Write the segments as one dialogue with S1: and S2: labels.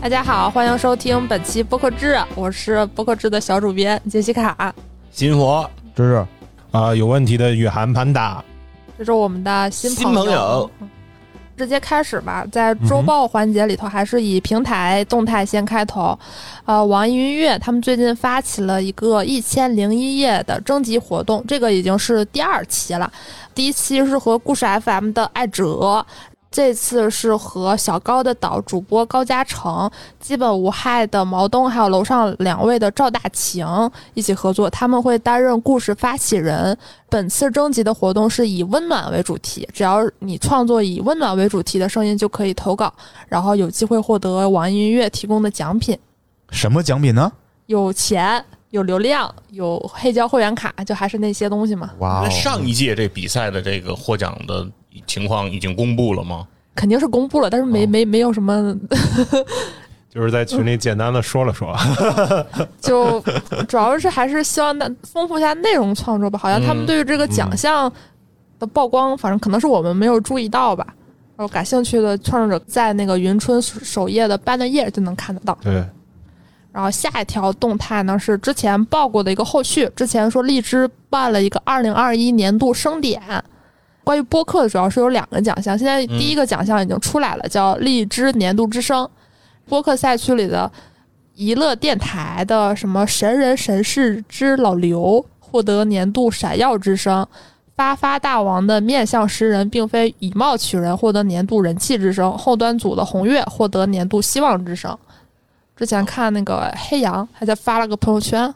S1: 大家好，欢迎收听本期播客志，我是播客志的小主编杰西卡，
S2: 金佛
S3: 这是
S2: 啊，有问题的雨涵潘达，
S1: 这是我们的新
S4: 新朋友。
S1: 直接开始吧，在周报环节里头，还是以平台动态先开头。呃，网易云音乐他们最近发起了一个一千零一夜的征集活动，这个已经是第二期了。第一期是和故事 FM 的艾哲，这次是和小高的岛主播高嘉诚、基本无害的毛东，还有楼上两位的赵大晴一起合作，他们会担任故事发起人。本次征集的活动是以温暖为主题，只要你创作以温暖为主题的声音就可以投稿，然后有机会获得网易音乐提供的奖品，
S3: 什么奖品呢？
S1: 有钱。有流量，有黑胶会员卡，就还是那些东西嘛，
S3: 哇哦
S4: 那上一届这比赛的这个获奖的情况已经公布了吗？
S1: 肯定是公布了，但是没、
S4: 哦
S1: 没没有什么，
S2: 就是在群里简单的说了说，
S3: 嗯
S1: 就主要是还是希望那丰富一下内容创作吧。好像他们
S4: 嗯
S1: 对于这个奖项的曝光，反正可能是我们没有注意到吧。然后感兴趣的创作者在那个云春首页的 banner 页就能看得到。
S2: 对，
S1: 然后下一条动态呢是之前报过的一个后续，之前说荔枝办了一个二零二一年度盛典。关于播客的主要是有两个奖项，现在第一个奖项已经出来了，叫荔枝年度之声，播客赛区里的娱乐电台的什么神人神事之老刘获得年度闪耀之声，发发大王的面向识人并非以貌取人获得年度人气之声，后端组的红月获得年度希望之声。之前看那个黑羊还在发了个朋友圈，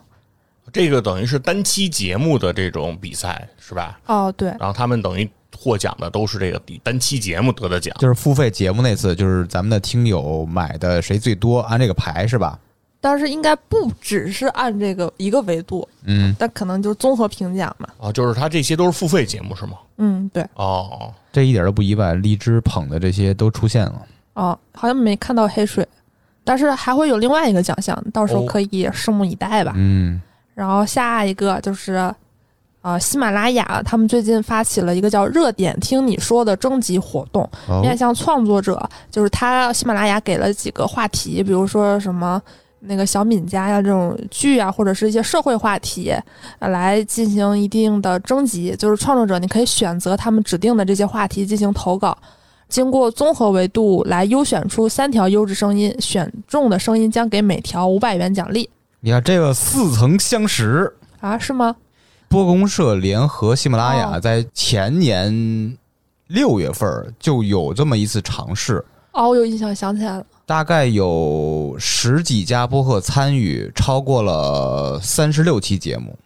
S4: 这个等于是单期节目的这种比赛是吧？
S1: 哦对，
S4: 然后他们等于获奖的都是这个单期节目得的奖，
S3: 就是付费节目那次，就是咱们的听友买的谁最多，按这个排是吧？
S1: 但是应该不只是按这个一个维度，
S3: 嗯，
S1: 但可能就是综合评奖嘛。
S4: 啊，就是他这些都是付费节目是吗？
S1: 嗯，对，
S4: 哦，
S3: 这一点都不意外，荔枝捧的这些都出现了。
S1: 哦，好像没看到黑水，但是还会有另外一个奖项，到时候
S4: 哦
S1: 可以拭目以待吧。
S3: 嗯，
S1: 然后下一个就是，呃，喜马拉雅他们最近发起了一个叫“热点听你说”的征集活动，
S3: 哦
S1: 面向创作者，就是他喜马拉雅给了几个话题，比如说什么那个小敏家呀这种剧啊，或者是一些社会话题，呃来进行一定的征集。就是创作者你可以选择他们指定的这些话题进行投稿，经过综合维度来优选出三条优质声音，选中的声音将给每条五百元奖励
S3: 你看这个似曾相识，
S1: 啊？是吗？
S3: 播公社联合喜马拉雅
S1: 哦
S3: 在前年六月份儿就有这么一次尝试，
S1: 哦，我有印象，想起来了。
S3: 大概有十几家播客参与，超过了三十六期节目。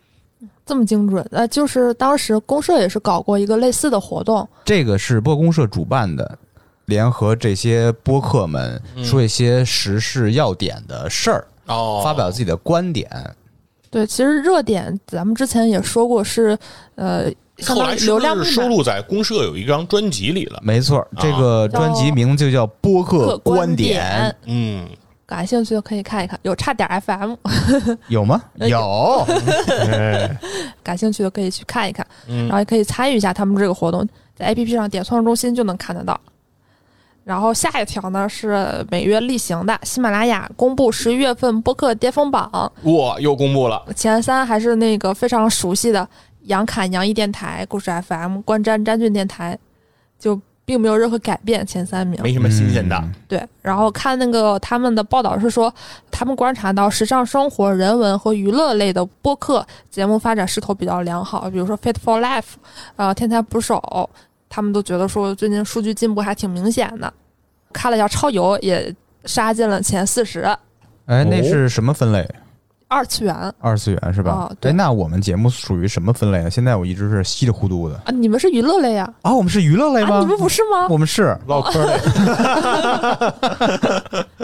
S1: 这么精准，呃，就是当时公社也是搞过一个类似的活动，
S3: 这个是播公社主办的，联合这些播客们
S4: 嗯
S3: 说一些时事要点的事儿，
S4: 哦，
S3: 发表自己的观点。
S1: 对，其实热点咱们之前也说过是，呃，相
S4: 后
S1: 当
S4: 来
S1: 于
S4: 是
S1: 流
S4: 不
S1: 量密
S4: 是
S1: 码
S4: 收录在公社有一张专辑里了？
S3: 没
S2: 啊
S3: 错，这个专辑名字就叫《播客
S1: 各
S3: 观
S1: 哦点，
S3: 点
S4: 嗯，
S1: 感兴趣的可以看一看，有差点 FM，》，
S3: 有吗？有，
S2: 哎，
S1: 感兴趣的可以去看一看，
S4: 嗯
S1: 然 后也可以参与一下他们这个活动，在 APP 上点创作中心就能看得到。然后下一条呢是每月例行的，喜马拉雅公布十一月份播客巅峰榜，
S4: 哇，又公布了，
S1: 前三还是那个非常熟悉的杨侃杨毅电台、故事 FM、观瞻詹俊电台，就并没有任何改变。前三名
S4: 没什么新鲜的。
S3: 嗯
S1: 对，然后看那个他们的报道是说，他们观察到时尚生活、人文和娱乐类的播客节目发展势头比较良好，比如说《Fit for Life》、呃，《天才捕手》，他们都觉得说最近数据进步还挺明显的。看了一下超游，也杀进了前四十，
S2: 哦
S3: 哎，那是什么分类？
S1: 二次元啊，
S3: 二次元是吧
S1: 哦？对
S3: 哎，那我们节目属于什么分类啊？现在我一直是稀里糊涂的
S1: 你们是娱乐类呀、
S3: 啊。我们是娱乐类
S1: 啊，
S3: 吗
S1: 你？们不是吗？
S3: 我们是
S2: 唠嗑儿嘞，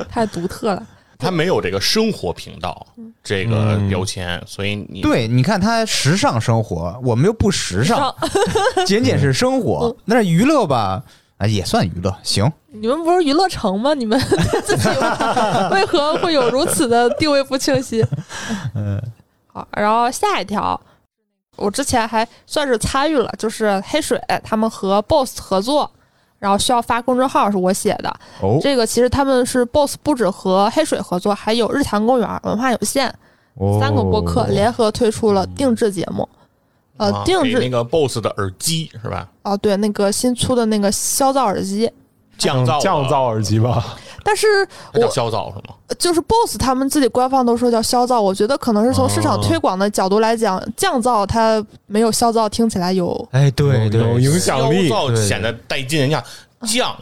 S1: 太独特了。
S4: 它没有这个生活频道这个
S2: 嗯
S4: 标签，所以你
S3: 对，你看它时尚生活，我们又不时尚，仅仅是生活，
S1: 嗯
S3: 那是娱乐吧？啊，也算娱乐，行。
S1: 你们不是娱乐城吗？你们 自己为何会有 如此的定位不清 晰？嗯，好，然后下一条，我之前还算是参与了，就是黑水他们和 BOSS 合作，然后需要发公众号是我写的。
S3: 哦，
S1: 这个其实他们是 BOSS 不止和黑水合作，还有日坛公园、文化有限
S3: 哦
S1: 三个播客联合推出了定制节目。呃，
S4: 啊
S1: 定
S4: 给那
S1: 制
S4: 个 BOSS 的耳机是吧？
S1: 哦，对，那个新出的那个消噪耳机，
S4: 降噪的
S2: 降噪耳机吧，
S1: 但是
S4: 它叫
S1: 我
S4: 消噪是吗？
S1: 就是 BOSS 他们自己官方都说叫消噪，我觉得可能
S4: 哦
S1: 是从市场推广的角度来讲，降噪它没有消噪听起来有
S3: 哎，对对，
S2: 有影响力
S4: 消
S3: 对
S4: 噪显得带劲，你看降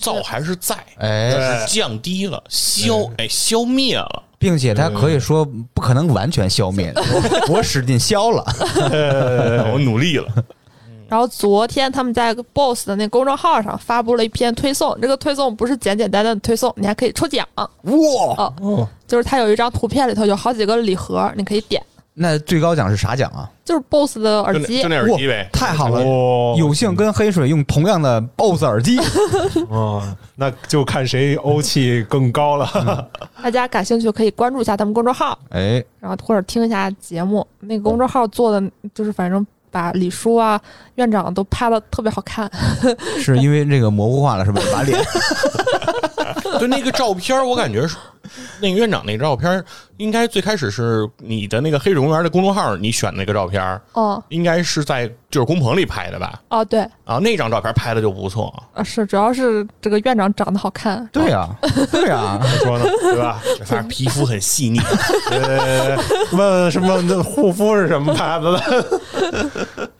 S4: 噪还是在，
S3: 哎，
S4: 但是降低了，消哎消灭了。
S3: 并且它可以说不可能完全消灭，我使劲消了。
S4: 我努力了，
S1: 然后昨天他们在 BOSS 的那公众号上发布了一篇推送，这个推送不是简简单单的推送，你还可以抽奖，
S3: 哇，
S1: 就是它有一张图片里头有好几个礼盒，你可以点，
S3: 那最高奖是啥奖啊？
S1: 就是 BOSS 的耳
S4: 就那
S1: 机
S4: 就，那耳机呗
S3: 哇。太好了，
S2: 哦，
S3: 有幸跟黑水用同样的 BOSS 耳机。
S2: 嗯，那就看谁欧气更高 了。
S1: 大家感兴趣可以关注一下他们公众号，
S3: 哎，
S1: 然后或者听一下节目。那个公众号做的就是反正把李叔啊、院长都拍的特别好看，
S3: 是因为这个模糊化了是吧？把脸
S4: 就那个照片儿，我感觉是那个院长那个照片儿，应该最开始是你的那个黑水公园的公众号，你选那个照片儿，
S1: 哦
S4: 应该是在就是工棚里拍的吧？
S1: 哦对，
S4: 啊，那张照片拍的就不错。
S1: 呃是主要是这个院长长得好看，
S3: 对啊呀，对呀，
S2: 你说呢？对 吧？
S4: 反正皮肤很细腻，
S2: 呃，问什么 那护肤是什么牌子的？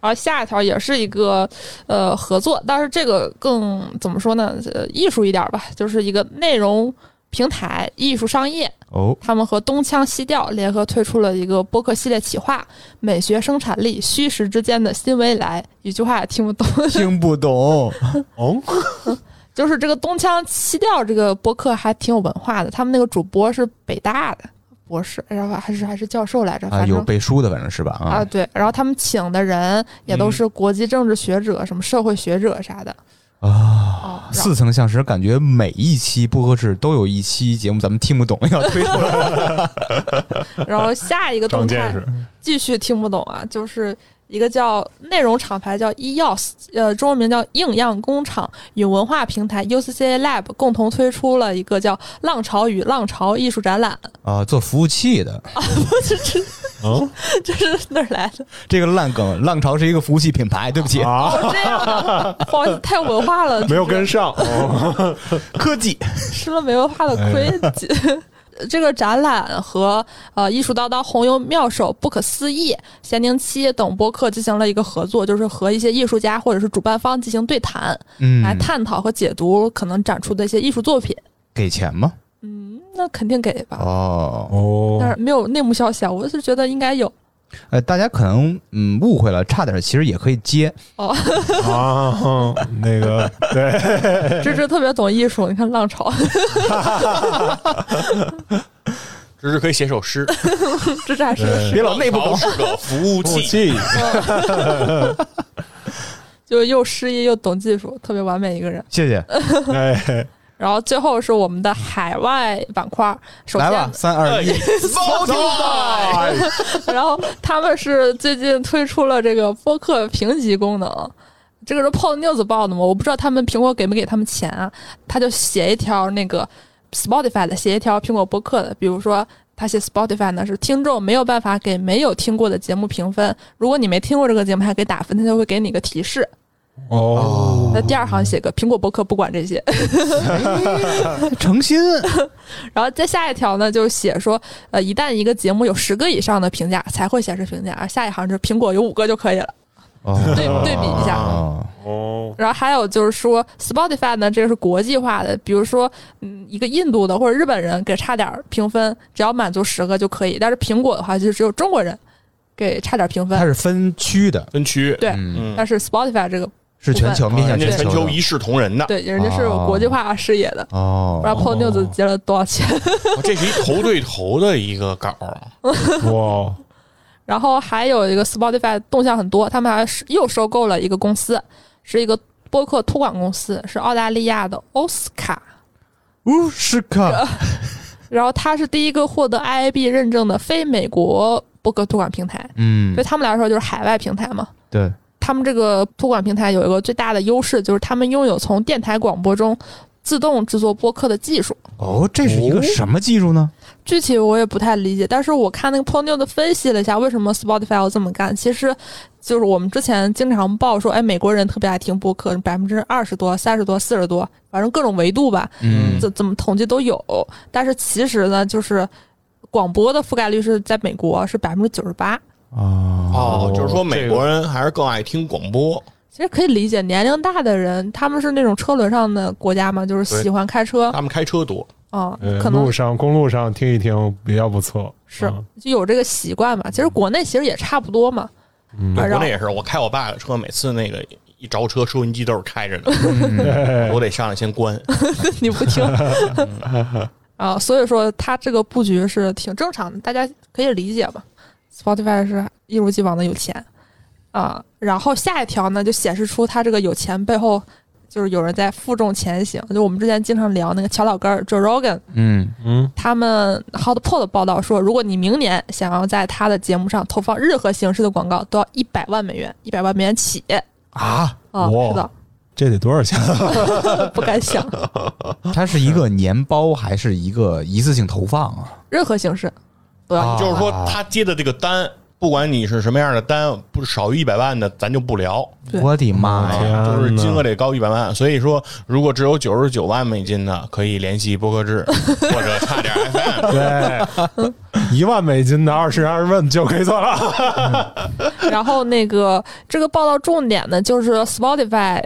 S1: 然后下一条也是一个呃合作，但是这个更怎么说呢？呃，艺术一点吧，就是一个内容平台艺术商业，
S3: 哦，
S1: 他们和东腔西调联合推出了一个播客系列企划《美学生产力：虚实之间的新未来》，一句话也听不懂。
S3: 听不懂。
S2: 哦，
S1: 就是这个东腔西调这个播客还挺有文化的，他们那个主播是北大的博士，然后还是还是教授来着，
S3: 啊，
S1: 反正
S3: 有背书的，反正是吧？
S1: 啊，
S3: 啊，
S1: 对，然后他们请的人也
S2: 嗯
S1: 都是国际政治学者、什么社会学者啥的啊。然后
S3: 似曾相识，感觉每一期播客室都有一期节目咱们听不懂，要推出来。
S1: 然后下一个动
S2: 长见
S1: 态
S2: 识，
S1: 继续听不懂啊，就是一个叫内容厂牌叫 EOS，呃，中文名叫应样工厂，与文化平台 UCCA Lab 共同推出了一个叫“浪潮与浪潮”艺术展览。
S3: 啊，做服务器的
S1: 这这
S2: 嗯
S1: 这是哪儿来的？
S3: 这个烂梗，浪潮是一个服务器品牌，对不起，
S2: 啊，
S1: 哦，这样的，不好意思，太文化了，
S2: 没有跟 上。哦
S3: 科技
S1: 吃了没文化
S3: 哎
S1: 的亏。 这个展览和呃艺术叨叨、红油妙手、不可思议、咸宁七等播客进行了一个合作，就是和一些艺术家或者是主办方进行对谈，
S3: 嗯
S1: 来探讨和解读可能展出的一些艺术作品。
S3: 给钱吗？
S1: 那肯定给吧，
S3: 哦，
S1: 但
S2: 哦，
S1: 是没有内幕消息啊，我是觉得应该 有。
S3: 呃，大家可能嗯误会了，差点儿其实也可以接，
S2: 啊，嗯那 个对，
S1: 芝芝特别懂艺术，你看浪潮，
S4: 只是可以写首诗。
S1: 芝芝还是个
S2: 对
S1: 诗
S3: 别老内部
S4: 浪
S3: 梗
S4: 潮是个 服务
S2: 武
S4: 器，
S2: 器
S1: 就又诗意又懂技术，特别完美一个人。
S3: 谢谢，
S2: 哎，
S1: 然后最后是我们的海外板块，首
S3: 来
S1: 先
S3: 吧，三 二一，
S4: Spotify
S1: 然后他们是最近推出了这个播客评级功能，这个是 Pod News 报的嘛？我不知道他们苹果给没给他们钱啊，他就写一条那个 Spotify 的，写一条苹果播客的，比如说。他写 Spotify 呢是听众没有办法给没有听过的节目评分，如果你没听过这个节目还给打分，他就会给你个提示。
S2: 哦，
S1: 那第二行写个苹果播客不管这些，
S3: 诚心，
S1: 然后再下一条呢，就是写说，呃，一旦一个节目有十个以上的评价，才会显示评价。而下一行就是苹果有五个就可以了，
S3: 哦
S1: 对对比一下。
S3: 哦，
S2: 哦，
S1: 然后还有就是说，Spotify 呢，这个是国际化的，比如说，嗯，一个印度的或者日本人给差点儿评分，只要满足十个就可以。但是苹果的话，就只有中国人给差点儿评
S3: 它
S1: 分。
S3: 是分区的，
S4: 分区，
S1: 对
S3: 嗯，
S4: 嗯，
S1: 但是 Spotify 这个
S3: 哦是全球面
S4: 人
S3: 向
S4: 家全
S3: 全球
S4: 球
S3: 的
S4: 一视同仁的，
S1: 对人家是有国际化视野的。
S3: 哦
S1: 不知道 p o News 接了多少钱？
S4: 哦这是一头对头的一个稿儿，啊
S3: 哦
S2: 哇，
S1: 然后还有一个 Spotify 动向很多，他们还是又收购了一个公司，是一个播客托管公司，是澳大利亚的奥斯卡。
S3: 乌什卡，
S1: 然后它是第一个获得 IAB 认证的非美国播客托管平台，
S3: 嗯
S1: 对，他们来说就是海外平台嘛。
S3: 对，
S1: 他们这个托管平台有一个最大的优势，就是他们拥有从电台广播中自动制作播客的技术。
S3: 哦，这是一个什么技术呢？
S1: 具体我也不太理解，但是我看那个 p o n e w 的分析了一下，为什么 Spotify 要这么干。其实，就是我们之前经常报说，哎，美国人特别爱听播客，百分之二十多、三十多、四十多，反正各种维度吧，
S3: 嗯
S1: 怎怎么统计都有。但是其实呢，就是广播的覆盖率是在美国是百分之九十八，
S4: 哦
S3: 哦，
S4: 就是说美国人还是更爱听广播。
S1: 其实可以理解。年龄大的人，他们是那种车轮上的国家嘛，就是喜欢开车，
S4: 他们开车多，
S1: 啊，
S2: 呃
S1: 可能
S2: 路上公路上听一听比较不错。
S1: 是
S2: 嗯
S1: 就有这个习惯嘛。其实国内其实也差不多嘛。啊
S2: 嗯
S4: 对
S1: 然
S4: 国
S1: 后
S4: 内也是。我开我爸的车，每次那个一着车，收音机都是开着的， 我得上来先关。
S1: 你不 听。啊，所以说它这个布局是挺正常的，大家可以理解吧？Spotify 是一如既往的有钱啊。然后下一条呢，就显示出它这个有钱背后就是有人在负重前行。就我们之前经常聊那个乔老根儿 Joe Rogan，
S3: 嗯
S2: 嗯，
S1: 他们 HotPod 报道说，如果你明年想要在他的节目上投放任何形式的广告，都要一百万美元，一百万美元起
S3: 啊，
S1: 啊，
S2: 哇
S1: 是的，
S2: 这得多少钱？
S1: 不敢 想，
S3: 它是一个年包还是一个一次性投放啊？
S1: 任何形式都要
S3: 啊
S4: 就是说，他接的这个单，不管你是什么样的单，不少于一百万的，咱就不聊。
S1: 对
S3: 我的妈呀！
S2: 天
S4: 啊，
S2: 哪
S4: 就是金额得高一百万，所以说如果只有九十九万美金的，可以联系波 克志或者差点 FM。
S2: 对，一万美金的二十二问就可以做了。
S1: 然后那个这个报道重点呢，就是 Spotify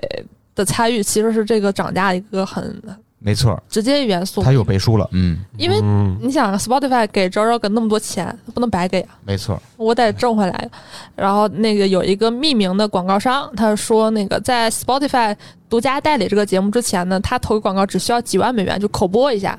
S1: 的参与其实是这个涨价一个很
S3: 没错，
S1: 直接的元素
S3: 它，有背书了。嗯，
S1: 因为
S2: 嗯，
S1: 你想 Spotify 给 j o r o g 那么多钱，不能白给啊，
S3: 没 错。
S1: 我得挣回来。然后那个有一个匿名的广告商，他说那个在 Spotify 独家代理这个节目之前呢，他投个广告只需要几万美元，就口播一下。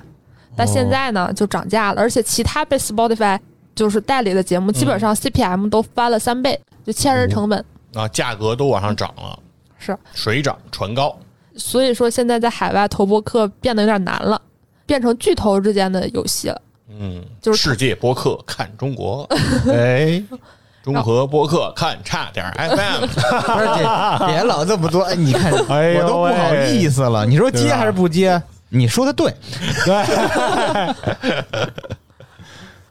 S1: 但现在呢，就涨价了，而且其他被 Spotify 就是代理的节目，基本上 CPM 都翻了三倍，就千人成本。
S4: 啊，价格都往上涨了，
S1: 是
S4: 水涨船高。
S1: 所以说现在在海外投播客变得有点难了，变成巨头之间的游戏了。
S4: 嗯，
S1: 就是
S4: 世界播客看 中国，
S3: 哎，
S4: 中和播客看差点 FM。
S3: 不是别别老这么多，哎，你 看，
S2: 哎呦
S3: 我都不好意思了。你说接还是不接？你说的对，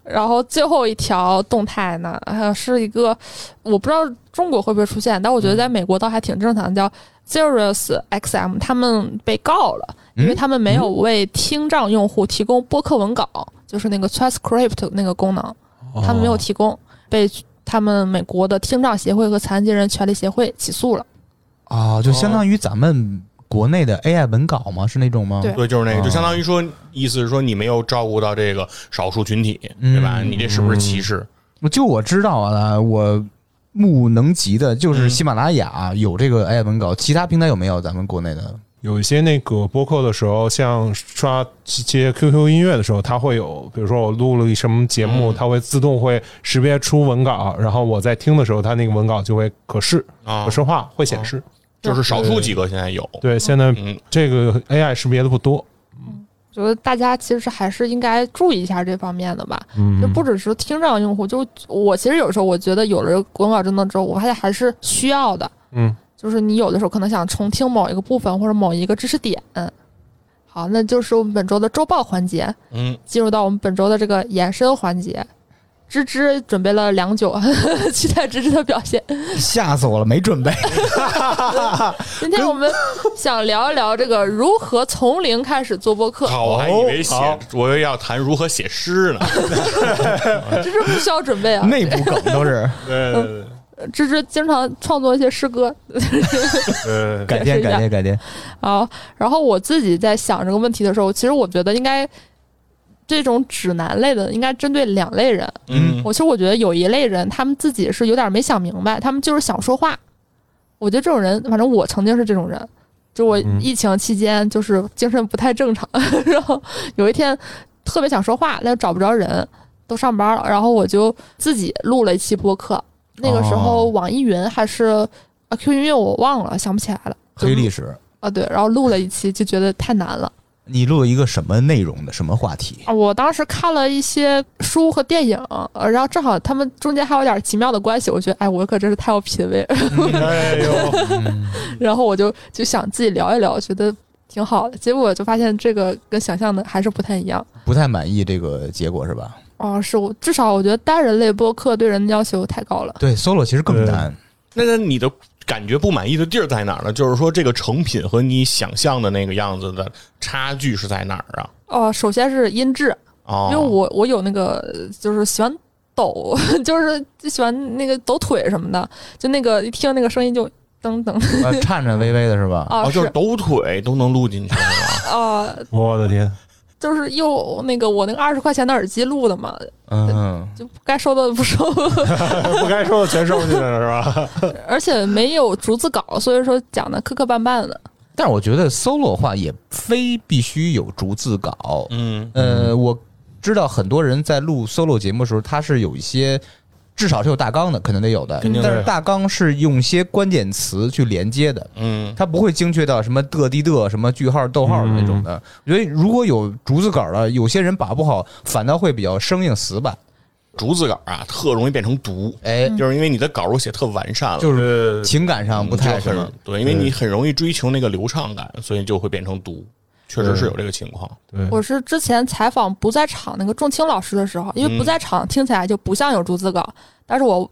S1: 然后最后一条动态呢，呃，是一个我不知道中国会不会出现，但我觉得在美国倒还挺正常，叫 Sirius XM，他们被告了，因为他们没有为听障用户提供播客文稿，就是那个 transcript 那个功能，他们没有提供，被他们美国的听障协会和残疾人权利协会起诉了。
S3: 哦，就相当于咱们国内的 AI 文稿吗？是那种吗？
S1: 对
S4: 对，就是那个，
S3: 哦
S4: 就相当于说，意思是说你没有照顾到这个少数群体，对吧？
S3: 嗯
S4: 你这是不是歧视？
S3: 就我知道啊，我目能及的就是喜马拉雅有这个 AI 文稿，其他平台有没有？咱们国内的
S2: 有一些那个播客的时候，像刷接 QQ 音乐的时候，它会有，比如说我录了一什么节目，
S4: 嗯
S2: 它会自动会识别出文稿，然后我在听的时候，它那个文稿就会可视、
S4: 啊
S2: 可视化，会显示。
S4: 就是少数几个现在有。
S2: 对，现在
S4: 嗯，
S2: 这个 AI 识别的不多，
S1: 觉得大家其实还是应该注意一下这方面的吧，
S2: 嗯
S1: 就不只是听障用户，就我其实有时候我觉得有了文稿智能之后，我发现还是需要的，
S2: 嗯，
S1: 就是你有的时候可能想重听某一个部分或者某一个知识点。好，那就是我们本周的周报环节，
S4: 嗯，
S1: 进入到我们本周的这个延伸环节。芝芝准备了良久， 期待芝芝的表现。
S3: 吓死我了，没 准备。
S1: 今天我们想聊一聊这个如何从零开始做播客。
S4: 好，我还以为写
S2: 好，
S4: 我又要谈如何写诗呢。
S1: 芝芝不需要准备啊，
S3: 内部梗都是，
S4: 对对对，
S1: 芝芝经常创作一些诗歌，
S2: 呃，
S3: 改天改天改天，
S1: 好，啊然后我自己在想这个问题的时候，其实我觉得应该这种指南类的应该针对两类人。
S4: 嗯，
S1: 我其实我觉得有一类人，他们自己是有点没想明白，他们就是想说话。我觉得这种人，反正我曾经是这种人，就我
S2: 嗯
S1: 疫情期间就是精神不太正常， 然后有一天特别想说话，但是找不着人，都上班了，然后我就自己录了一期播客。那个时候
S3: 哦
S1: 网易云还是啊 Q 音乐我忘了，想不起来了。
S3: 黑历史。
S1: 啊，对，然后录了一期就觉得太难了，
S3: 你录一个什么内容的什么话题？
S1: 啊我当时看了一些书和电影，呃然后正好他们中间还有点奇妙的关系，我觉得哎，我可真是太有品位了。
S2: 哎呦，
S1: 然后我就就想自己聊一聊，觉得挺好的。结果就发现这个跟想象的还是不太一样。
S3: 不太满意这个结果是吧？
S1: 哦，是我至少我觉得单人类播客对人的要求太高了。
S3: 对，solo 其实更
S2: 对
S3: 难。
S4: 那那你的感觉不满意的地儿在哪儿呢？就是说这个成品和你想象的那个样子的差距是在哪儿啊？
S1: 哦，首先是音质，
S4: 哦，
S1: 因为我我有那个就是喜欢抖， 就是就喜欢那个抖腿什么的，就那个一听那个声音就噔噔
S3: 呃，颤颤巍巍的是 吧？
S1: 啊，
S4: 哦，就是
S1: 是
S4: 抖腿都能录进去，
S1: 啊，
S2: 我的天，
S1: 就是又那个我那个二十块钱的耳机录的嘛，
S3: 嗯，
S1: 就该收的不收，
S2: 不该收的全收进去了是吧？
S1: 而且没有逐字稿，所以说讲的磕磕绊绊的。
S3: 但是我觉得 solo 的话也非必须有逐字稿。
S4: 嗯，
S3: 呃，我知道很多人在录 solo 节目的时候，他是有一些。至少是有大纲的，肯定得有的
S4: 肯定。
S3: 但是
S4: 得
S3: 大纲是用一些关键词去连接的，
S4: 嗯，
S3: 它不会精确到什么的的的、什么句号、逗号那种
S4: 嗯
S3: 的。我觉得如果有逐字稿了，有些人把不好，反倒会比较生硬死板。
S4: 竹字稿啊，特容易变成毒，
S2: 嗯
S3: 哎，
S4: 就是因为你的稿都写特完善了，
S2: 就是
S3: 情感上不太
S4: 就
S3: 什
S4: 很
S3: 么。
S4: 对，因为你很容易追求那个流畅感，所以就会变成毒。确实是有这个情况，
S2: 对，
S1: 我是之前采访不在场那个仲青老师的时候，因为不在场听起来就不像有逐字稿，但是我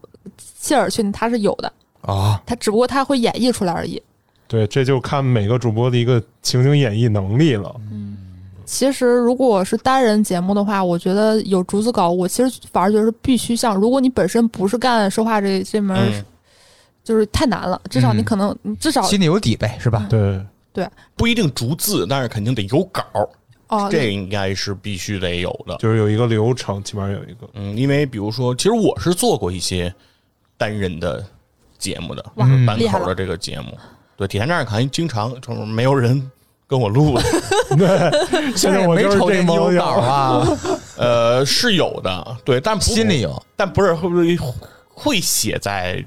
S1: 切耳确定他是有的，
S3: 啊，
S1: 他只不过他会演绎出来而已。
S2: 对，这就看每个主播的一个情景演绎能力了。
S1: 其实，如果是单人节目的话，我觉得有逐字稿，我其实反而觉得是必须像，如果你本身不是干说话这这门儿，
S4: 嗯，
S1: 就是太难了。至少你可能，你至少
S3: 心里有底呗，是吧？
S2: 对，
S4: 不一定逐字，但是肯定得有稿，
S1: 哦，
S4: 这个应该是必须得有的。
S2: 就是有一个流程，起码有一个。
S4: 嗯，因为比如说，其实我是做过一些单人的节目的，
S1: 哇
S4: 就是单
S1: 厉害
S4: 口
S1: 了
S4: 的这个节目。对，铁三站看经常就是没有人跟 我录的，
S2: 现在我
S3: 哎没
S2: 就是
S3: 瞅
S2: 这
S3: 见你
S2: 猫
S3: 有稿
S2: 样，
S3: 啊，
S4: 呃，是有的，对，但不
S3: 心里有。
S4: 但不是会不会会写在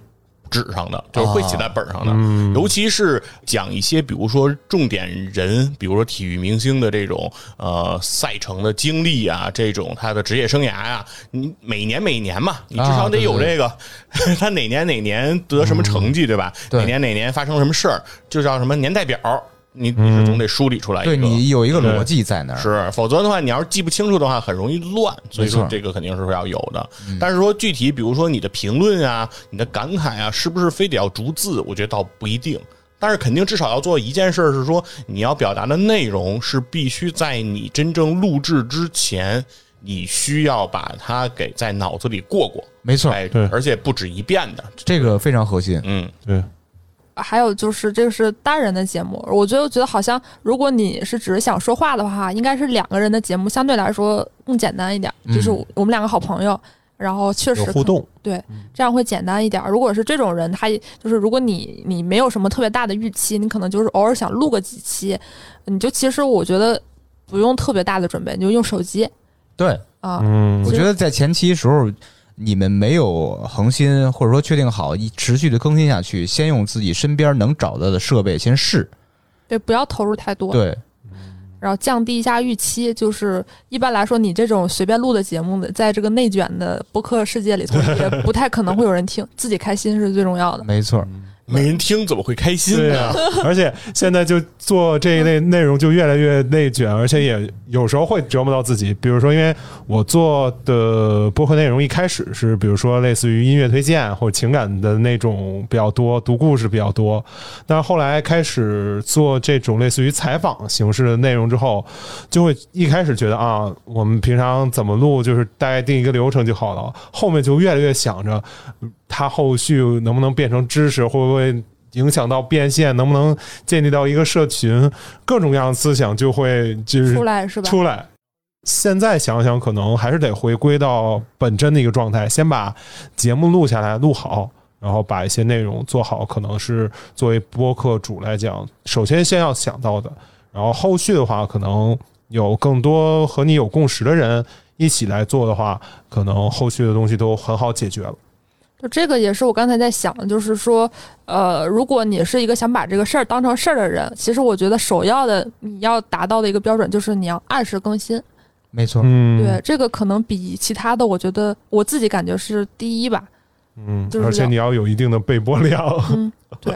S4: 纸上的，就是会写在本
S3: 啊
S4: 上的，
S2: 嗯
S4: 尤其是讲一些比如说重点人，比如说体育明星的这种呃赛程的经历啊，这种他的职业生涯啊，你每年每年嘛，你至少得有这个， 他哪年哪年得什么成绩，对吧？
S3: 嗯对
S4: 哪年哪年发生什么事儿，就叫什么年代表，你你是总得梳理出来一个。
S3: 嗯对你有一个逻辑在那儿，
S4: 哎是，否则的话，你要是记不清楚的话，很容易乱。所以
S3: 没
S4: 说，
S3: 错
S4: 这个肯定是要有的。
S2: 嗯
S4: 但是说具体，比如说你的评论啊、你的感慨啊，是不是非得要逐字？我觉得倒不一定。但是肯定至少要做一件事儿，是说你要表达的内容是必须在你真正录制之前，你需要把它给在脑子里过过，
S3: 没错，
S4: 哎
S2: 对，
S4: 而且不止一遍的，
S3: 这个非常核心。
S4: 嗯，
S2: 对，
S1: 还有就是，这个是单人的节目，我觉得觉得好像，如果你是只是想说话的话，应该是两个人的节目，相对来说更简单一点。
S3: 嗯
S1: 就是我们两个好朋友，然后确实
S2: 有互动。
S1: 这样会简单一点。如果是这种人，他也就是如果你你没有什么特别大的预期，你可能就是偶尔想录个几期，你就其实我觉得不用特别大的准备，你就用手机
S3: 对，
S1: 啊。
S2: 嗯
S3: 我觉得在前期时候，你们没有恒心，或者说确定好一持续的更新下去，先用自己身边能找到的设备先试。
S1: 对，不要投入太多，
S3: 对，
S1: 然后降低一下预期。就是一般来说，你这种随便录的节目的，在这个内卷的播客世界里头，也不太可能会有人听，自己开心是最重要的。
S3: 没错，
S2: 嗯
S4: 没人听怎么会开心
S2: 对
S4: 呢？
S2: 呀、 而且现在就做这一类内容就越来越内卷，而且也有时候会折磨到自己。比如说，因为我做的播客内容一开始是，比如说类似于音乐推荐或者情感的那种比较多，读故事比较多。但是后来开始做这种类似于采访形式的内容之后，就会一开始觉得啊，我们平常怎么录，就是大概定一个流程就好了。后面就越来越想着，嗯它后续能不能变成知识，会不会影响到变现，能不能建立到一个社群，各种各样的思想就会就是
S1: 出来是吧？
S2: 嗯出来。现在想想，可能还是得回归到本真的一个状态，先把节目录下来，录好，然后把一些内容做好，可能是作为播客主来讲，首先先要想到的，然后后续的话，可能有更多和你有共识的人一起来做的话，可能后续的东西都很好解决了。
S1: 就这个也是我刚才在想的，就是说，呃，如果你是一个想把这个事儿当成事儿的人，其实我觉得首要的你要达到的一个标准就是你要按时更新。
S3: 没错，
S2: 嗯，
S1: 对，，这个可能比其他的，我觉得我自己感觉是第一吧。
S2: 嗯
S1: 就，是
S2: 而且
S1: 要
S2: 你要有一定的备播量，
S1: 嗯，对，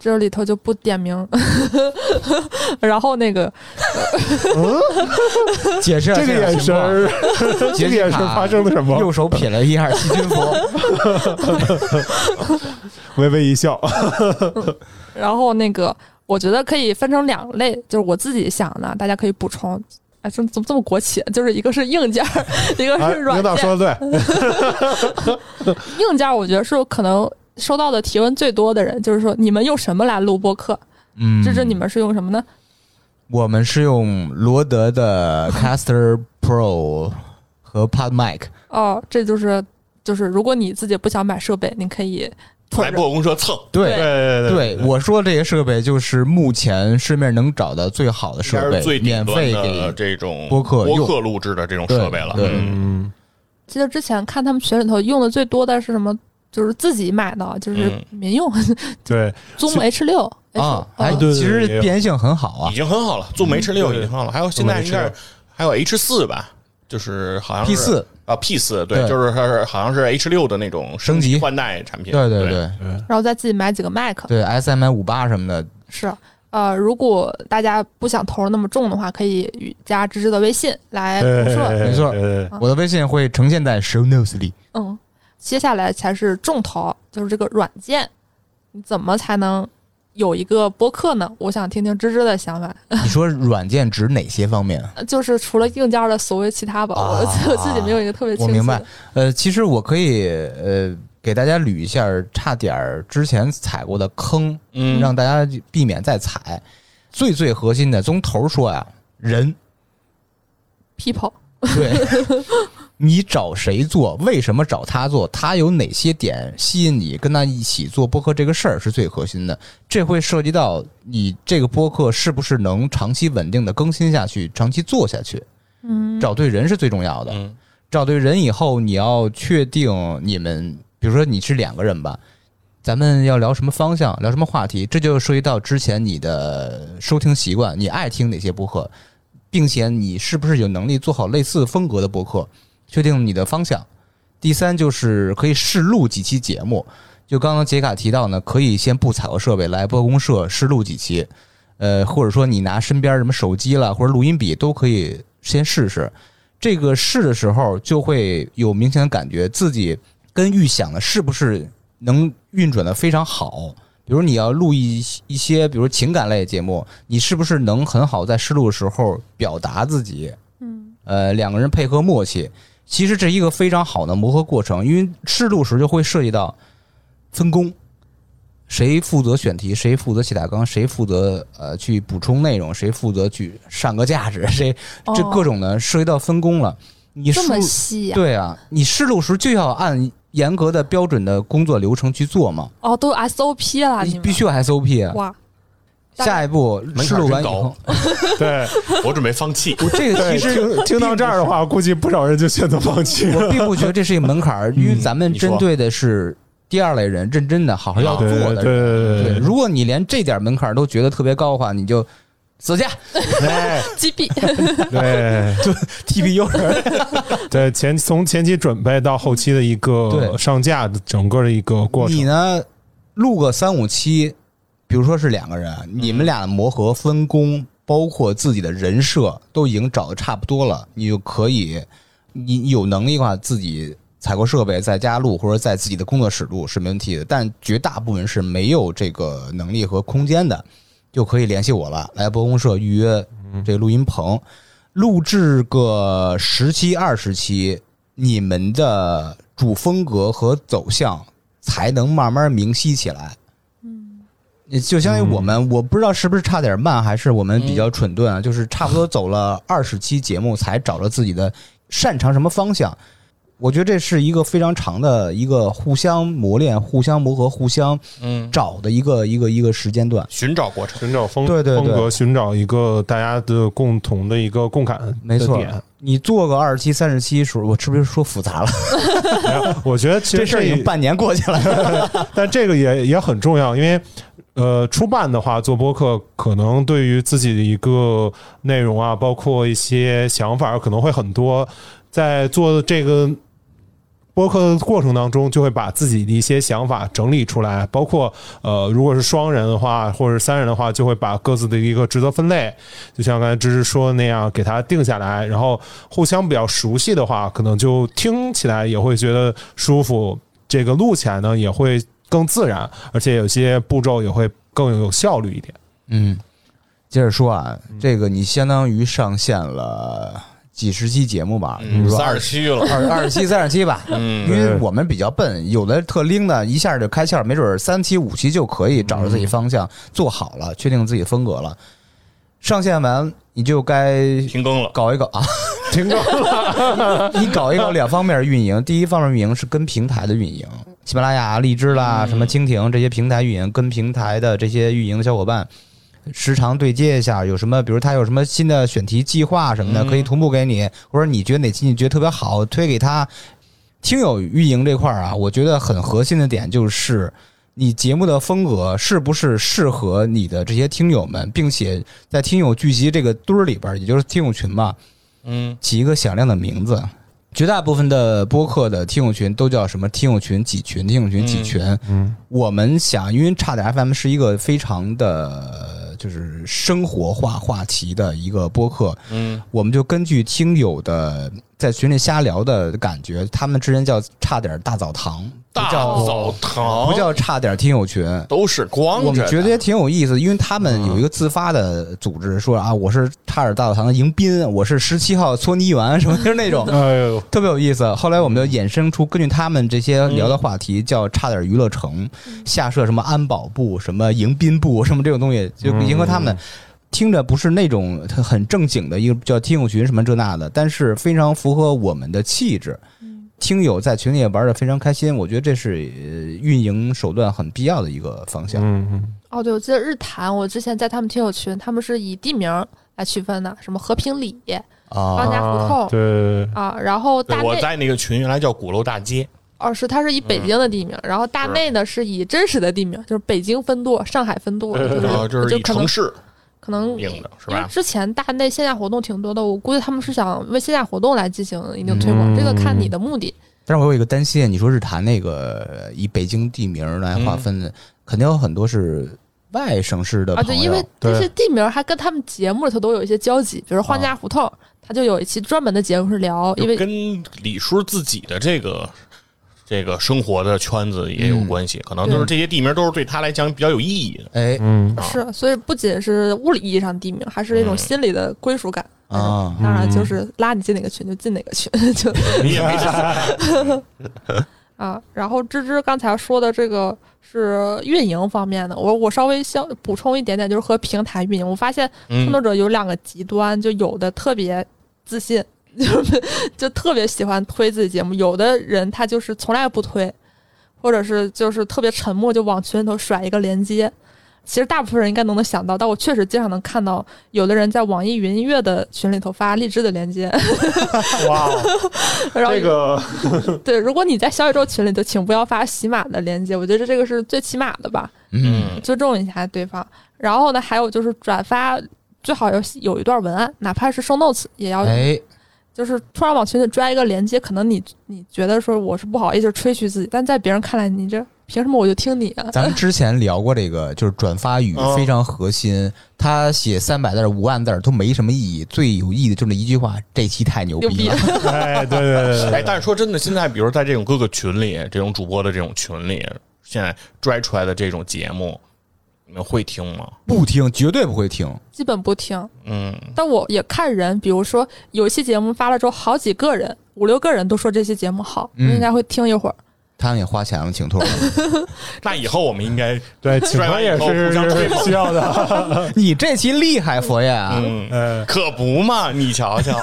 S1: 这里头就不点名。 然后那个，
S3: 解 释
S2: 这个眼神儿，这
S3: 杰
S2: 个
S3: 西
S2: 眼神
S1: 啊
S3: 卡
S2: 发生了 什么？
S3: 右手撇了一下细菌佛，
S2: 微微 一笑，
S1: 然后那个，我觉得可以分成两类，就是我自己想的，大家可以补充。哎，这怎么这么国企？就是一个是硬件 儿，一个
S2: 哎
S1: 是软件。
S2: 领导说的对，
S1: 硬件，我觉得是可能收到的提问最多的人，就是说你们用什么来录播客？
S3: 嗯，
S1: 芝芝，你们是用什么呢？
S3: 我们是用罗德的 Caster Pro 和 Pod Mic，
S1: 哦，这就是就是，如果你自己不想买设备，你可以
S4: 来破公社蹭，
S1: 对
S2: 对
S3: 对，我说这些设备就是目前市面能找到最好的
S4: 应该
S3: 设备
S4: 是，最顶
S3: 免
S4: 端
S3: 费
S4: 的
S3: 给。
S4: 这种
S3: 播客用
S4: 播客录制的这种设备了。
S3: 对对
S4: 嗯
S2: 嗯，
S1: 记得之前看他们群里头用的最多的是什么？就是自己买的，就是
S2: 嗯
S1: 民 用、
S2: 对，
S1: Zoom H 六嗯
S3: 啊，还
S2: 对对
S3: 其实
S2: 也有
S3: 变现性很好啊
S4: 哎已经很好了，Zoom H 六
S2: 对
S4: 已经很好了，还有现在
S2: Zoom
S4: 应该
S2: H6
S4: 还有 H 四吧，就是好像是
S3: ，P 四，
S4: 啊 P 四，对，
S3: 对
S4: 就是它是好像是 H 六的那种
S3: 升级
S4: 换代产品，
S3: 对
S4: 对
S3: 对对
S1: 然后再自己买几个 Mac。
S3: 对，S M I 五八什么的，
S1: 是，呃，如果大家不想投入那么重的话，可以与加芝芝的微信来
S2: 对
S1: 互设。
S3: 没哎错
S2: 对对
S1: 啊
S3: 我的微信会呈现在 Show Notes 里。
S1: 嗯，接下来才是重头，就是这个软件，你怎么才能有一个播客呢？我想听听芝芝的想法，
S3: 你说软件指哪些方面啊？
S1: 呃就是除了硬件的所谓其他吧，
S3: 啊
S1: 我我自己没有一个特别清
S3: 我
S1: 晰的。
S3: 明白，呃，其实我可以呃给大家捋一下差点儿之前踩过的坑，
S4: 嗯，
S3: 让大家避免再踩。最最核心的，从头说呀，人
S1: People，
S3: 对，你找谁做，为什么找他做，他有哪些点吸引你跟他一起做播客这个事儿是最核心的。这会涉及到你这个播客是不是能长期稳定的更新下去，长期做下去。
S1: 嗯，
S3: 找对人是最重要的。
S4: 嗯
S3: 找对人以后，你要确定你们，比如说你是两个人吧，咱们要聊什么方向，聊什么话题，这就涉及到之前你的收听习惯，你爱听哪些播客，并且你是不是有能力做好类似风格的播客，确定你的方向。第三就是可以试录几期节目，就刚刚杰卡提到呢，可以先不采购设备来播公社试录几期，呃，或者说你拿身边什么手机啦或者录音笔都可以先试试。这个试的时候，就会有明显的感觉自己跟预想的是不是能运转的非常好。比如你要录一一些，比如情感类节目，你是不是能很好在试录的时候表达自己？
S1: 嗯，
S3: 呃，两个人配合默契，其实这是一个非常好的磨合过程，因为试录时就会涉及到分工，谁负责选题，谁负责写大纲，谁负责呃去补充内容，谁负责去上个价值，谁这
S1: 哦
S3: 各种的涉及到分工了。你
S1: 这
S3: 试
S1: 么
S3: 录
S1: 细呀、
S3: 对啊，你试录时就要按严格的标准的工作流程去做嘛，
S1: 哦，都有 SOP 了，你
S3: 你
S1: 们
S3: 必须有 SOP 啊。
S1: 哇，大
S3: 下一步
S4: 槛
S3: 试录完
S4: 真
S3: 以
S4: 高
S3: 后，
S2: 对
S4: 我准备放弃。
S3: 我这 个
S2: 对，
S3: 其实
S2: 听听到这儿的
S3: 话。
S2: 话，估计不少人就选择放弃了。
S3: 我并不觉得这是一个门槛儿，因
S2: 嗯
S3: 为咱们针对的是第二类人，认真的、好好要做
S2: 对
S3: 的人。
S2: 对对
S3: 如果你连这点门槛儿都觉得特别高的话，你就死去
S2: 对，哎，
S1: 击毙。
S2: 对
S3: TPU
S2: 对，前从前期准备到后期的一个
S3: 对
S2: 上架的整个的一个过
S3: 你
S2: 程，
S3: 呢，录个三五期，比如说是两个人，你们俩的磨合、分工，包括自己的人设，都已经找的差不多了，你就可以，你有能力的话，自己采购设备在家录，或者在自己的工作室录是没问题的。但绝大部分是没有这个能力和空间的，就可以联系我了，来播公社预约这个录音棚，录制个十期、二十期，你们的主风格和走向才能慢慢明晰起来。嗯，就相当于我们，我不知道是不是差点慢，还是我们比较蠢钝啊，就是差不多走了二十期节目才找着自己的擅长什么方向。我觉得这是一个非常长的一个互相磨练、互相磨合、互相
S4: 嗯，
S3: 找的一个一个一个时间段。
S4: 寻找 过程。
S2: 寻找风
S3: 对对
S2: 风
S3: 对
S2: 格，寻找一个大家的共同的一个共感的
S3: 没错
S2: 点，
S3: 你做个二十七、三十七时候，我是不是说复杂了？
S2: 哎呀我觉得其实
S3: 这事儿已经半年过去了。
S2: 但这个也也很重要，因为呃，初办的话做播客，可能对于自己的一个内容啊，包括一些想法，可能会很多。在做这个播客的过程当中，就会把自己的一些想法整理出来，包括呃，如果是双人的话，或者是三人的话，就会把各自的一个职责分类，就像刚才芝芝说的那样，给它定下来，然后互相比较熟悉的话，可能就听起来也会觉得舒服，这个录起来呢也会更自然，而且有些步骤也会更有效率一点。
S3: 嗯，接着说啊，
S4: 嗯
S3: 这个你相当于上线了几十期节目吧？比
S4: 嗯
S3: 如，说
S4: 三十七了，
S3: 二二十七、三十七吧。 因
S4: 嗯，
S3: 为我们比较笨，有的特灵的，一下就开窍，没准儿三期、五期就可以找着自己方
S4: 嗯
S3: 向，做好了，确定自己风格了。上线完你就该
S4: 停更了。
S3: 搞一搞啊，停更了。你搞 一搞两方面运营，第一方面运营是跟平台的运营，喜马拉雅、荔枝啦、什么蜻蜓这些平台运营，跟平台的这些运营小伙伴时常对接一下，有什么，比如他有什么新的选题计划什么的，
S4: 嗯
S3: 可以同步给你，或者你觉得哪期你觉得特别好，推给他。听友运营这块儿啊，我觉得很核心的点就是。你节目的风格是不是适合你的这些听友们，并且在听友聚集这个堆儿里边儿，也就是听友群嘛，
S4: 嗯，
S3: 起一个响亮的名字。绝大部分的播客的听友群都叫什么？听友群几群？听友群几群？
S2: 嗯，
S3: 我们想，因为差点 FM 是一个非常的，就是生活化话题的一个播客，
S4: 嗯，
S3: 我们就根据听友的在群里瞎聊的感觉，他们之间叫差点大澡堂，不
S4: 大
S3: 叫
S4: 澡堂
S3: 不叫差点听友群，
S4: 都是光着
S3: 我
S4: 的
S3: 们觉得也挺有意思，因为他们有一个自发的组织，说啊，我是差点大澡堂的迎宾，我是十七号搓泥丸什么，就是那
S4: 嗯
S3: 种
S2: 哎呦，
S3: 特别有意思。后来我们就衍生出根据他们这些聊的话题，叫差点娱乐城，下设什么安保部、什么迎宾部、什么这种东西，就迎合他们。听着不是那种很正经的一个叫听友群什么这那的，但是非常符合我们的气质。
S4: 嗯
S3: 听友在群里也玩的非常开心，我觉得这是呃运营手段很必要的一个方向。
S2: 嗯嗯，
S1: 哦，对，我记得日坛，我之前在他们听友群，他们是以地名儿来区分的，什么和平里
S3: 啊
S1: 啊，家胡同
S2: 啊对，
S1: 啊，然后
S4: 对
S1: 大
S4: 我
S1: 内
S4: 在那个群原来叫鼓楼大街，
S1: 哦是它是以
S4: 嗯
S1: 北京的地名，然后大内呢是以真实的地名，就是北京分舵、上海分舵，
S2: 对
S1: 就是
S4: 然后呃哦就
S1: 嗯我
S4: 是
S1: 就
S4: 以
S1: 可能
S4: 城市
S1: 可能
S4: 命的，是
S1: 因为
S4: 吧？
S1: 之前大内线下活动挺多的，我估计他们是想为线下活动来进行一定推广，
S2: 嗯
S1: 这个看你的目的。
S3: 但是我有一个担心，你说日坛那个以北京地名来划分的，肯定有很多是外省市
S4: 嗯
S3: 的
S1: 啊，对，
S3: 朋
S1: 因
S3: 友。
S1: 为
S2: 对
S1: 这些地名还跟他们节目里头都有一些交集，比如《换家胡同》他就有一期专门的节目是聊，哦因
S4: 啊就
S1: 为
S4: 跟李叔自己的这个这个生活的圈子也有关系，可能就是这些地名都是对他来讲比较有意义的。
S3: 哎
S2: 嗯，
S1: 是，所以不仅是物理意义上地名，还是一种心理的归属感。
S3: 啊，
S1: 当然，就是拉你进哪个群就进哪个群， 就
S4: 你也没
S1: 啊。然后芝芝刚才说的这个是运营方面的，我我稍微相补充一点点，就是和平台运营，我发现创作
S4: 嗯，
S1: 者有两个极端，就有的特别自信， 就是就特别喜欢推自己节目；有的人他就是从来不推，或者是就是特别沉默，就往群里头甩一个链接。其实大部分人应该都能想到，但我确实经常能看到有的人在网易云音乐的群里头发荔枝的链接，
S2: 哇，
S1: 然后、
S2: 这个
S1: 对，如果你在小宇宙群里头，请不要发喜马的链接，我觉得这个是最起码的吧。
S3: 嗯，
S4: 嗯，
S1: 尊重一下对方。然后呢，还有就是转发，最好有有一段文案，哪怕是 show notes 也要，
S3: 哎，
S1: 就是突然往群里拽一个链接，可能你你觉得说我是不好意思吹嘘自己，但在别人看来，你这凭什么我就听你啊？
S3: 咱们之前聊过这个，就是转发语
S4: 嗯
S3: 非常核心。他写三百字儿、五万字儿都没什么意义，最有意义的就是那一句话：“这期太牛逼了。
S2: 哎，对对对对
S4: 哎，
S2: 对，
S4: 但是说真的，现在比如在这种各个群里，这种主播的这种群里，现在拽出来的这种节目，你们会听吗？”
S3: 不听，绝对不会听。
S1: 基本不听。
S4: 嗯，
S1: 但我也看人，比如说有一期节目发了之后，好几个人，五六个人都说这期节目好，
S3: 嗯
S1: 应该会听一会儿。
S3: 他们也花钱了，请托儿。
S4: 那以后我们应该
S2: 对，请
S4: 摔
S2: 客
S4: 完以
S2: 也
S4: 后
S2: 是
S4: 互相吹捧
S2: 需要的。
S3: 你这期厉害，佛爷啊！
S4: 嗯。
S2: 呃，
S4: 可不嘛，你瞧瞧，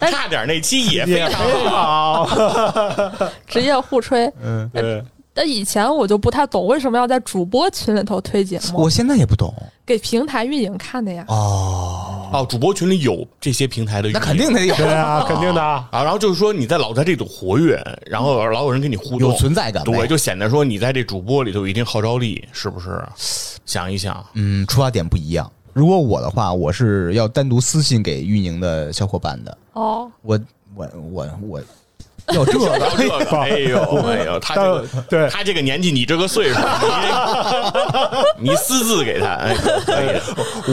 S4: 差点那期也非
S2: 哎
S4: 常好。
S1: 职业互吹。
S2: 嗯，对，
S1: 但以前我就不太懂为什么要在主播群里头推节目，
S3: 我现在也不懂
S1: 给平台运营看的呀。
S3: 哦，
S4: 哦，主播群里有这些平台的语音，
S3: 那肯定得有
S2: 对啊，肯定的啊。
S4: 啊。然后就是说你在老在这里活跃，然后老有人跟你互动，
S3: 有存在感呗。
S4: 对，就显得说你在这主播里头有一定号召力，是不是？想一 想，
S3: 嗯，出发点不一样。如果我的话，我是要单独私信给运营的小伙伴的。
S1: 哦，
S3: 我我我我要这个，
S4: 到这个，哎呦哎呦，他这
S2: 但
S4: 个。
S2: 对，
S4: 他这个年纪，你这个岁数， 你你私自给他，哎，可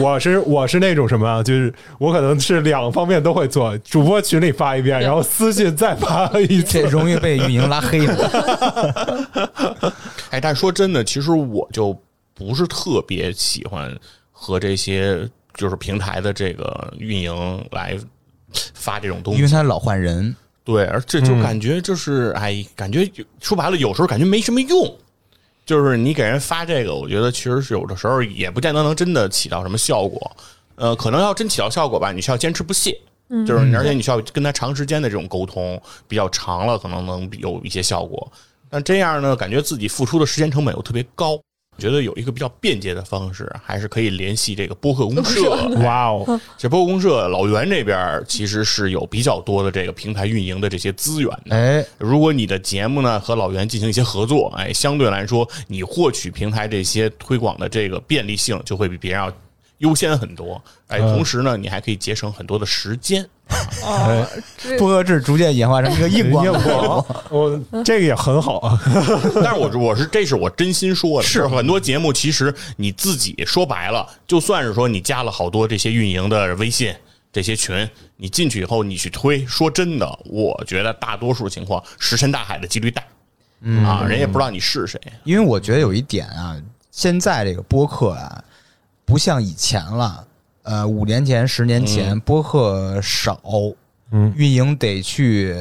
S4: 以
S2: 我是我是那种什么啊，就是我可能是两方面都会做，主播群里发 一遍，然后私信再发一
S3: 这
S2: 次。
S3: 容易被运营拉黑的。
S4: 哎，但说真的，其实我就不是特别喜欢和这些就是平台的这个运营来发这种东
S3: 因为
S4: 西。
S3: 他老换人，
S4: 对，而这就感觉就是，哎，感觉有说白了，有时候感觉没什么用。就是你给人发这个，我觉得其实是有的时候也不见得能真的起到什么效果。呃，可能要真起到效果吧，你需要坚持不懈。就是你而且你需要跟他长时间的这种沟通，比较长了，可能能有一些效果。但这样呢，感觉自己付出的时间成本又特别高。我觉得有一个比较便捷的方式，还是可以联系这个播客公 社。
S2: 哇哦，
S4: 这播客公社老袁这边儿其实是有比较多的这个平台运营的这些资源的。
S3: 哎，
S4: 如果你的节目呢和老袁进行一些合作，哎，相对来说，你获取平台这些推广的这个便利性就会比别人要优先很多。哎，
S2: 嗯
S4: 同时呢，你还可以节省很多的时间。
S1: 哦，这
S3: 播客制逐渐演化成一个硬广
S2: 硬广，我这个也很好啊。
S4: 但是我是我是这是我真心说的，是很多节目其实你自己说白了，就算是说你加了好多这些运营的微信。这些群，你进去以后，你去推，说真的，我觉得大多数情况石沉大海的几率大，
S3: 嗯
S4: 啊，人也不知道你是谁，
S3: 因为我觉得有一点啊，现在这个播客啊，不像以前了。呃，五年前、十年前，播客少，
S2: 嗯，
S3: 运营得去，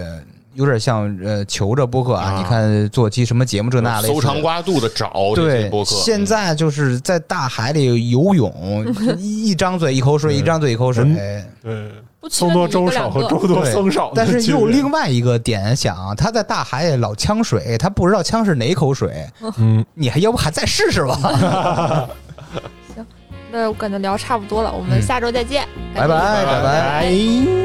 S3: 有点像呃求着播客啊。
S4: 啊
S3: 你看做期什么节目这那类似的
S4: 搜肠刮肚的找这些
S3: 对
S4: 播，客。
S3: 现在就是在大海里游泳，一一张嘴一口水，一张嘴一口水。
S2: 对，
S1: 不缺
S2: 僧
S1: 你
S2: 多
S1: 一个
S2: 粥
S1: 两
S2: 少和
S1: 个
S2: 粥多僧少的啊
S3: 但是
S2: 区
S3: 又
S2: 别
S3: 另外一个点想，他在大海里老呛水，他不知道呛是哪口水，
S2: 嗯，
S3: 你还要不还再试试吧？
S1: 那我感觉聊差不多了，我们
S3: 嗯
S1: 下周再见，
S3: 拜
S1: 感谢
S3: 拜
S1: 大家
S3: 拜拜。